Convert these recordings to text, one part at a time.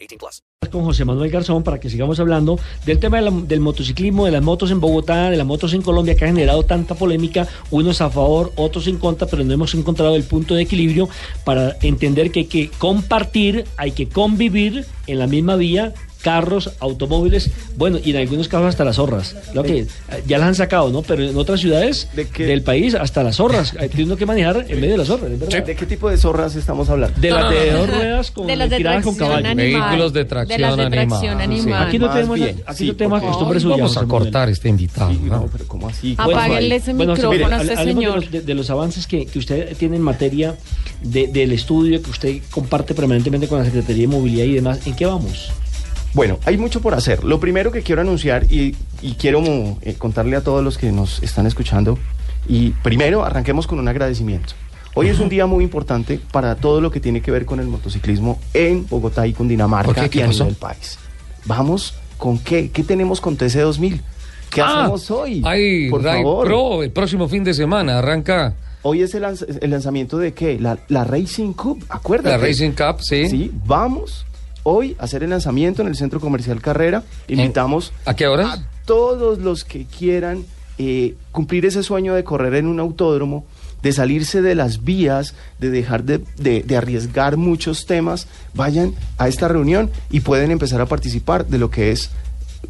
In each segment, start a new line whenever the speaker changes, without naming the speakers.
18 plus.
con José Manuel Garzón para que sigamos hablando del tema de la- del motociclismo, de las motos en Bogotá, de las motos en Colombia que ha generado tanta polémica, unos a favor, otros en contra, pero no hemos encontrado el punto de equilibrio para entender que hay que compartir, hay que convivir en la misma vía carros, automóviles, bueno, y en algunos casos hasta las zorras. Lo que eh, ya las han sacado, ¿no? Pero en otras ciudades
¿De qué?
del país hasta las zorras, eh, tiene uno que manejar en medio de las zorras, es verdad.
¿De qué tipo de zorras estamos hablando?
De las de dos ruedas con
de las de
tiradas con
tracción
caballo.
animal.
Vehículos de tracción
las de
animal.
tracción
Sí.
animal.
Aquí no
Más
tenemos,
bien,
aquí
sí,
no tenemos
porque-
costumbres suyas.
Vamos a
José Manuel.
cortar este invitado.
Sí, no,
¿no?
pero ¿cómo así?
Ah,
¿Cómo
Apáguenle
así?
ese micrófono a este
hablemos de
señor.
los- De, de los avances que, que usted tiene en materia de- del estudio que usted comparte permanentemente con la Secretaría de Movilidad y demás. ¿En qué vamos?
Bueno, hay mucho por hacer. Lo primero que quiero anunciar y, y quiero mm, eh, contarle a todos los que nos están escuchando, y primero arranquemos con un agradecimiento. Hoy es un día muy importante para todo lo que tiene que ver con el motociclismo en Bogotá y Cundinamarca
¿Por qué? ¿Qué
y a
pasó?
nivel país. Vamos con qué? ¿Qué tenemos con TC2000? ¿Qué
Ah,
hacemos hoy?
Hay
por
Ride
favor.
Pro el próximo fin de semana. Arranca
Hoy es el, lanz- el lanzamiento de qué? La, la Racing Cup, acuérdate.
la Racing Cup, sí.
Sí, vamos hoy a hacer el lanzamiento en el Centro Comercial Carrera. Invitamos
¿A qué horas?
a todos los que quieran eh, cumplir ese sueño de correr en un autódromo, de salirse de las vías, de dejar de, de- de arriesgar muchos temas, vayan a esta reunión y pueden empezar a participar de lo que es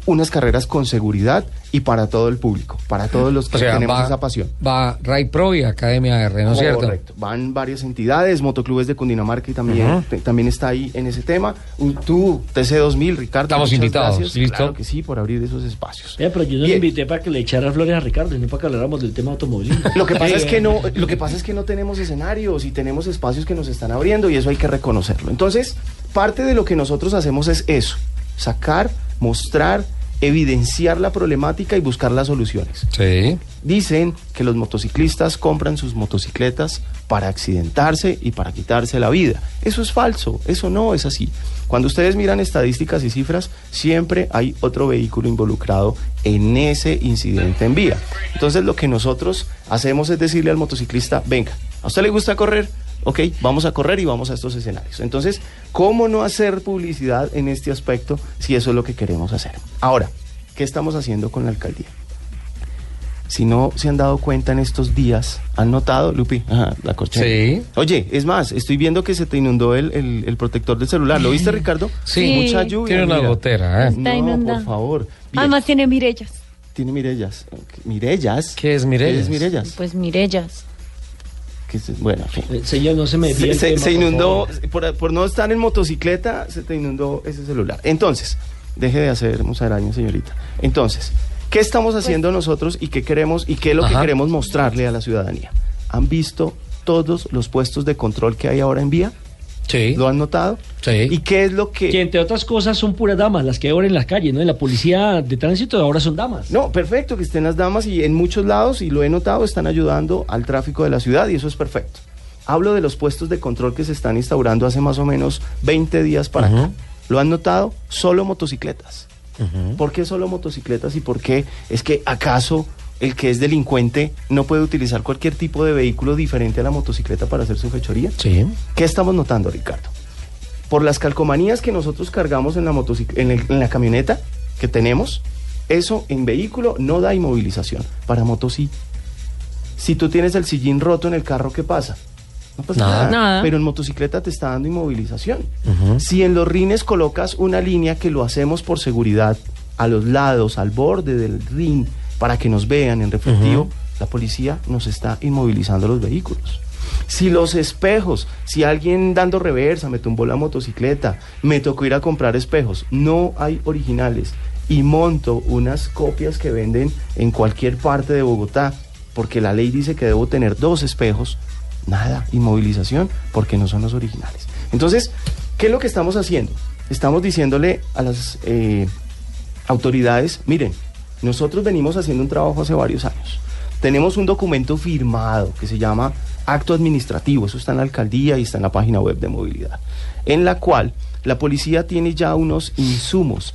unas carreras con seguridad y para todo el público, para todos los que
O sea,
tenemos
va,
esa pasión. Oh,
va Ride Pro y Academia R, ¿no es cierto?
Correcto. Van varias entidades, motoclubes de Cundinamarca y también, te- también está ahí en ese tema. Un- Tú, TC2000, Ricardo.
Estamos
muchas
invitados,
gracias.
¿listo?
Claro que sí, por abrir esos espacios.
Eh, pero yo no lo
Bien.
invité para que le echara flores a Ricardo, sino para que habláramos del tema automovilismo.
Lo que pasa es que no, lo que pasa es que no tenemos escenarios y tenemos espacios que nos están abriendo y eso hay que reconocerlo. Entonces, parte de lo que nosotros hacemos es eso, sacar, mostrar, evidenciar la problemática y buscar las soluciones.
Sí.
Dicen que los motociclistas compran sus motocicletas para accidentarse y para quitarse la vida. Eso es falso, eso no es así. Cuando ustedes miran estadísticas y cifras, siempre hay otro vehículo involucrado en ese incidente en vía. Entonces lo que nosotros hacemos es decirle al motociclista, venga, ¿a usted le gusta correr? Ok, vamos a correr y vamos a estos escenarios. Entonces, ¿cómo no hacer publicidad en este aspecto si eso es lo que queremos hacer? Ahora, ¿qué estamos haciendo con la alcaldía? Si no se han dado cuenta en estos días, ¿han notado, Lupi? Ajá, la corchea.
Sí.
Oye, es más, estoy viendo que se te inundó el, el- el protector del celular. ¿Lo viste, Ricardo?
Sí.
Mucha lluvia.
Tiene una
mira.
gotera, ¿eh?
Está
No,
inundado.
por favor. Bien.
Además tiene Mirellas.
Tiene Mirellas. Ok, Mirellas.
¿Qué es Mirellas?
¿Qué es Mirellas?
Pues Mirellas.
¿Qué es- Bueno, en fin.
Eh, Señor, no se me desvíe
se,
el
se-
tema,
se
por
inundó,
favor.
por, por no estar en motocicleta, se te inundó ese celular. Entonces, deje de hacer musaraña, señorita. Entonces, ¿qué estamos haciendo nosotros y qué queremos y qué es lo que
Ajá.
queremos mostrarle a la ciudadanía? ¿Han visto todos los puestos de control que hay ahora en vía?
Sí.
¿Lo han notado?
Sí.
¿Y qué es lo que...?
Que entre otras cosas son puras damas las que hay ahora en las calles, ¿no? En la policía de tránsito ahora son damas.
No, perfecto, que estén las damas y en muchos lados, y lo he notado, están ayudando al tráfico de la ciudad y eso es perfecto. Hablo de los puestos de control que se están instaurando hace más o menos 20 días para acá. ¿Lo han notado? Solo motocicletas. ¿Por qué solo motocicletas y por qué? Es que acaso el que es delincuente no puede utilizar cualquier tipo de vehículo diferente a la motocicleta para hacer su fechoría.
Sí.
¿Qué estamos notando, Ricardo? Por las calcomanías que nosotros cargamos en la, motocic- en el- en la camioneta que tenemos, eso en vehículo no da inmovilización. Para moto sí. Si tú tienes el sillín roto en el carro, ¿qué pasa? No pasa
Nada.
Nada.
Pero en motocicleta te está dando inmovilización. Si en los rines colocas una línea que lo hacemos por seguridad, a los lados, al borde del rin, para que nos vean en reflectivo, la policía nos está inmovilizando los vehículos. Si los espejos, si alguien dando reversa me tumbó la motocicleta, me tocó ir a comprar espejos, no hay originales y monto unas copias que venden en cualquier parte de Bogotá, porque la ley dice que debo tener dos espejos, nada, inmovilización, porque no son los originales. Entonces, ¿qué es lo que estamos haciendo? estamos diciéndole a las eh, autoridades, miren, nosotros venimos haciendo un trabajo hace varios años. Tenemos un documento firmado que se llama acto administrativo, eso está en la alcaldía y está en la página web de movilidad, en la cual la policía tiene ya unos insumos,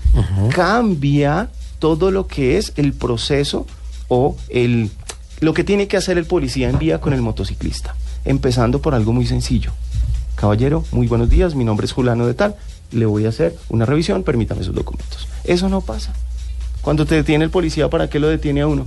cambia todo lo que es el proceso o el, lo que tiene que hacer el policía en vía con el motociclista, empezando por algo muy sencillo. Caballero, muy buenos días, mi nombre es Julano de tal, le voy a hacer una revisión, permítame sus documentos. Eso no pasa. Cuando te detiene el policía, ¿para qué lo detiene a uno?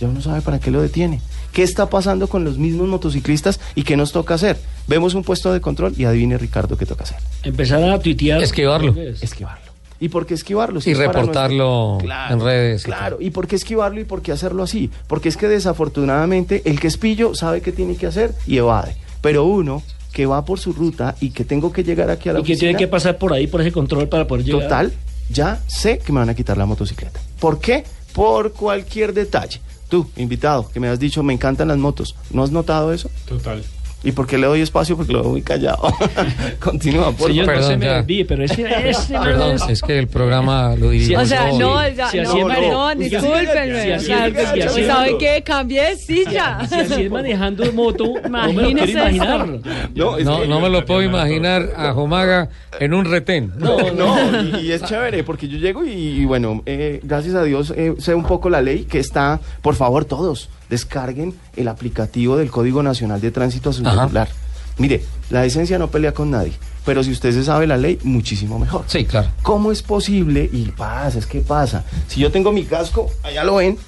Ya uno sabe para qué lo detiene. ¿Qué está pasando con los mismos motociclistas y qué nos toca hacer? Vemos un puesto de control y adivine Ricardo qué toca hacer.
Empezar a tuitear.
Esquivarlo.
Esquivarlo. ¿Y por qué esquivarlo?
Y
es para nuestro-
reportarlo Oh, en redes y
Claro,
todo.
¿y por qué esquivarlo y por qué hacerlo así? Porque es que desafortunadamente el que es pillo sabe qué tiene que hacer y evade. Pero uno que va por su ruta y que tengo que llegar aquí a la
Y que
oficina,
tiene que pasar por ahí, por ese control para poder llegar.
total, ya sé que me van a quitar la motocicleta. ¿Por qué? Por cualquier detalle. Tú, invitado, que me has dicho, me encantan las motos. ¿No has notado eso?
Total.
¿Y por qué le doy espacio? Porque lo veo muy callado. Continúa, por
Señor, no
Perdón,
se me
ya.
desvíe, pero ese, ese man
Perdón,
es-
es que el programa lo dirige.
Sí,
O sea,
Sí,
no, ya,
sí,
no,
así es,
perdón,
no. Sí,
discúlpenme.
así
o sea,
es, sí, así es.
¿Sabe qué? Cambié de silla.
Si así es manejando moto, no me lo quiero
Imagínese eso.
imaginar.
No, es
No,
que-
no me lo puedo imaginar a Jomaga en un retén.
No, no, y, y es chévere, porque yo llego y, y bueno, eh, gracias a Dios eh, sé un poco la ley que está, por favor todos, descarguen el aplicativo del Código Nacional de Tránsito a su
Ajá.
celular. Mire, la decencia no pelea con nadie, pero si usted se sabe la ley, muchísimo mejor.
Sí, claro.
¿Cómo es posible? Y pasa, es que pasa. Si yo tengo mi casco, allá lo ven,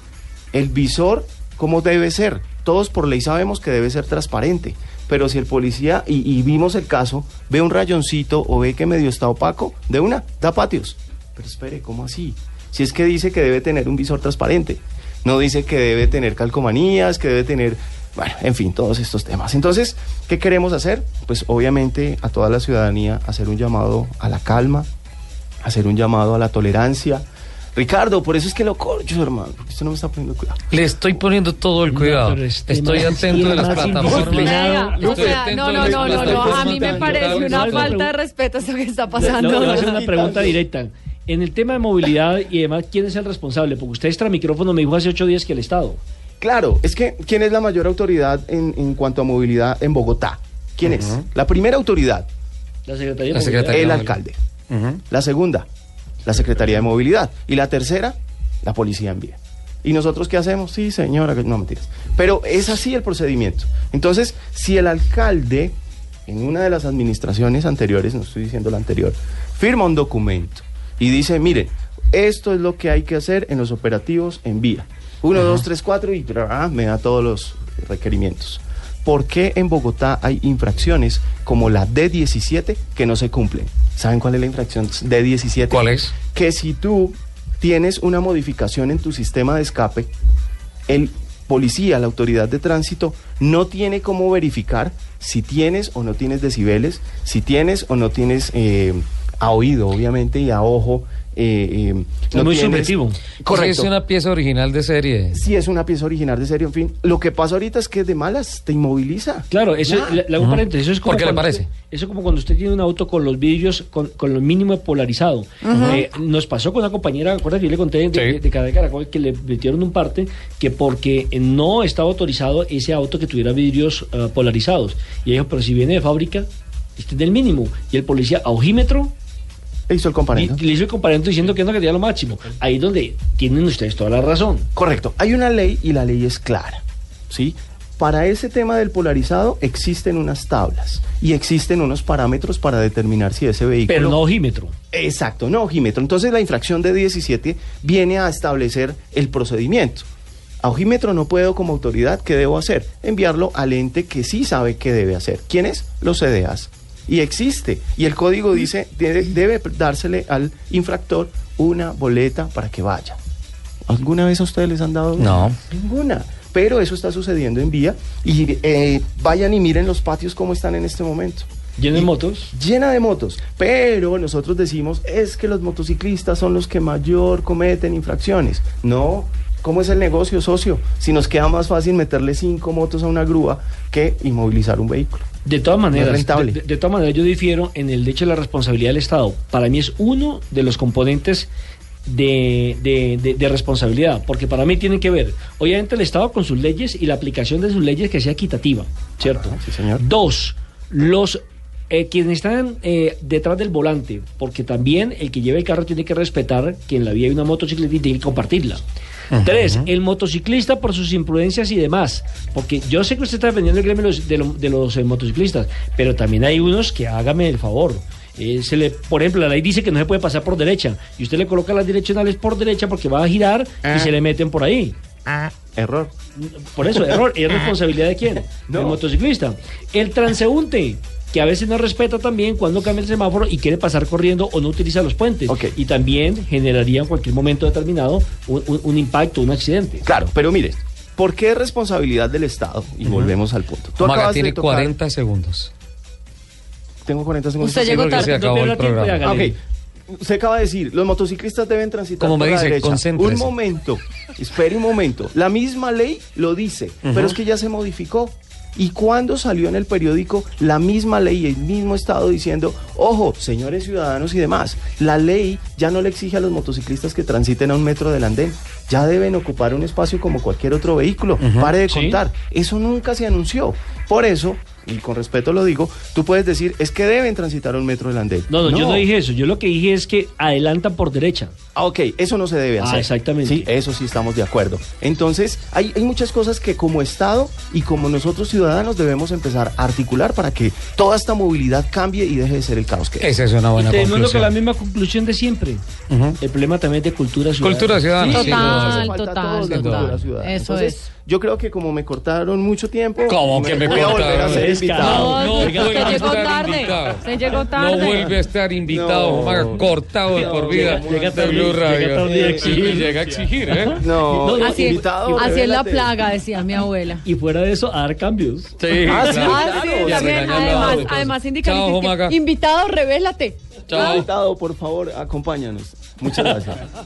el visor, ¿cómo debe ser? Todos por ley sabemos que debe ser transparente. Pero si el policía, y, y vimos el caso, ve un rayoncito o ve que medio está opaco, de una, da patios. Pero espere, ¿cómo así? Si es que dice que debe tener un visor transparente, no dice que debe tener calcomanías, que debe tener, bueno, en fin, todos estos temas. Entonces, ¿qué queremos hacer? Pues obviamente a toda la ciudadanía hacer un llamado a la calma, hacer un llamado a la tolerancia. Ricardo, por eso es que lo corcho, hermano, porque usted no me está poniendo cuidado.
Le estoy poniendo todo el
No,
cuidado.
pero este
Estoy
man
atento
tiene
de las
más
plataformas.
indisciplina.
Venga,
Estoy
o sea,
atento
no,
de
no,
las
no, no, no, a mí me
plataformas.
parece una
Algo,
falta de
pregunta.
respeto eso que está
No, le voy a
pasando.
hacer una pregunta directa. En el tema de movilidad y además, ¿quién es el responsable? Porque usted extra micrófono me dijo hace ocho días que el Estado.
Claro, es que ¿quién es la mayor autoridad en, en cuanto a movilidad en Bogotá? ¿Quién es? La primera autoridad,
La Secretaría de
La
Movilidad.
Secretaría.
el
Movilidad.
alcalde.
Ujú.
La segunda, la Secretaría de Movilidad. Y la tercera, la Policía en Vía. ¿Y nosotros qué hacemos? Sí, señora, que- no mentiras. Pero es así el procedimiento. Entonces, si el alcalde, en una de las administraciones anteriores, no estoy diciendo la anterior, firma un documento y dice, miren, esto es lo que hay que hacer en los operativos en vía. Uno, dos, tres, cuatro y tra- me da todos los requerimientos. ¿Por qué en Bogotá hay infracciones como la D17 que no se cumplen? ¿Saben cuál es la infracción D17?
¿Cuál es?
Que si tú tienes una modificación en tu sistema de escape, el policía, la autoridad de tránsito, no tiene cómo verificar si tienes o no tienes decibeles, si tienes o no tienes eh, a oído, obviamente, y a ojo. eh, eh, no
muy
tienes-
subjetivo.
Correcto
Es una pieza original de serie.
si es una pieza original de serie, en fin. Lo que pasa ahorita es que de malas te inmoviliza.
Claro, eso, le- le hago un paréntesis, eso es como
¿Por qué le
cuando
parece?
usted- eso es como cuando usted tiene un auto con los vidrios con, con lo mínimo polarizado. Eh, nos pasó con una compañera, ¿acuerdas que yo le conté de,
Sí.
de- de Cadena Caracol que le metieron un parte que porque eh, no estaba autorizado ese auto que tuviera vidrios ah, polarizados? Y ella dijo, pero si viene de fábrica, este es del mínimo. Y el policía, a ojímetro,
E Hizo el
y-
comparendo.
le hizo el comparendo diciendo que no quería lo máximo. Ahí es donde tienen ustedes toda la razón.
Correcto. Hay una ley y la ley es clara. ¿sí? Para ese tema del polarizado existen unas tablas y existen unos parámetros para determinar si ese vehículo...
Pero no a ojímetro.
Exacto, no, ojímetro. Entonces la infracción de 17 viene a establecer el procedimiento. A ojímetro no puedo como autoridad, ¿qué debo hacer? Enviarlo al ente que sí sabe qué debe hacer. ¿Quién es? Los CDAs. Y existe. Y el código dice, debe, debe dársele al infractor una boleta para que vaya. ¿Alguna vez a ustedes les han dado?
No.
Ninguna. Pero eso está sucediendo en vía. Y eh, vayan y miren los patios cómo están en este momento
Lleno de motos.
llena de motos, pero nosotros decimos es que los motociclistas son los que mayor cometen infracciones. No, ¿cómo es el negocio, socio? Si nos queda más fácil meterle cinco motos a una grúa que inmovilizar un vehículo.
De todas maneras,
rentable.
De, de- de todas maneras yo difiero en el hecho de la responsabilidad del Estado. Para mí es uno de los componentes de, de- de- de responsabilidad, porque para mí tienen que ver, obviamente, el Estado con sus leyes y la aplicación de sus leyes que sea equitativa, ¿cierto?
sí, señor.
Dos, los eh, quienes están eh, detrás del volante, porque también el que lleva el carro tiene que respetar que en la vía hay una motocicleta y tiene que compartirla. Tres, el motociclista por sus imprudencias y demás, porque yo sé que usted está defendiendo el gremio de los, de lo- de los, eh, motociclistas, pero también hay unos que hágame el favor. eh, se le, por ejemplo, la ley dice que no se puede pasar por derecha y usted le coloca las direccionales por derecha porque va a girar y se le meten por ahí.
Error.
Por eso, error. ¿Es responsabilidad de quién?
Ah. No.
Del motociclista. El transeúnte, que a veces no respeta también cuando cambia el semáforo y quiere pasar corriendo o no utiliza los puentes.
Ok.
Y también generaría en cualquier momento determinado un, un- un impacto, un accidente.
Claro, pero mire, ¿por qué es responsabilidad del Estado? Y volvemos al punto. Tú
Maga
acabas de
tiene
tocar-
40 segundos.
Tengo 40 segundos.
Usted llegó
porque
tarde.
se acabó
Pero
el
a tiempo
programa.
ya
Ah,
gané.
ok. Usted acaba de decir, los motociclistas deben transitar
Como me
por la
dice,
derecha.
concéntrese.
Un momento, espere un momento. La misma ley lo dice, pero es que ya se modificó. ¿Y cuándo salió en el periódico la misma ley, el mismo Estado diciendo, ojo, señores ciudadanos y demás, la ley ya no le exige a los motociclistas que transiten a un metro del andén, ya deben ocupar un espacio como cualquier otro vehículo, pare de
sí.
contar, eso nunca se anunció. Por eso, y con respeto lo digo, tú puedes decir, es que deben transitar un metro del andén.
No, no, yo no dije eso. Yo lo que dije es que adelantan por derecha.
Ah, ok, eso no se debe
Ah,
hacer.
exactamente.
Sí, eso sí estamos de acuerdo. Entonces, hay, hay muchas cosas que como Estado y como nosotros ciudadanos debemos empezar a articular para que toda esta movilidad cambie y deje de ser el caos que es.
Esa es una buena
y tenemos que la
conclusión.
misma conclusión de siempre. El problema también es de cultura ciudadana.
Cultura ciudadana.
Sí,
sí,
nos
no.
hace
Total,
falta a
total,
todos la
total.
cultura ciudadana.
Eso
Entonces,
es.
Yo creo que como me cortaron mucho tiempo,
¿Cómo que me
voy a volver a
cortaron?
ser invitado.
No,
No,
usted
no vuelve a
llegó
estar
tarde.
invitado.
Usted llegó
No
tarde.
vuelve a estar invitado,
No.
Maga, cortado de
No,
por vida.
llega- llega
de
tarde,
Blue
llega
Radio.
tarde a exigir.
Y Llega a exigir, ¿eh?
No,
No,
Así,
invitado.
así es la
revélate.
plaga, decía mi abuela.
Y fuera de eso, a dar cambios.
Sí,
Ah, sí,
claro.
Ah, sí,
Y a
también.
regañarlo a
Además,
otros.
además
Chao,
sindicalista.
Jomaga.
Invitado, revélate.
Chao.
Invitado, por favor, acompáñanos. Muchas gracias.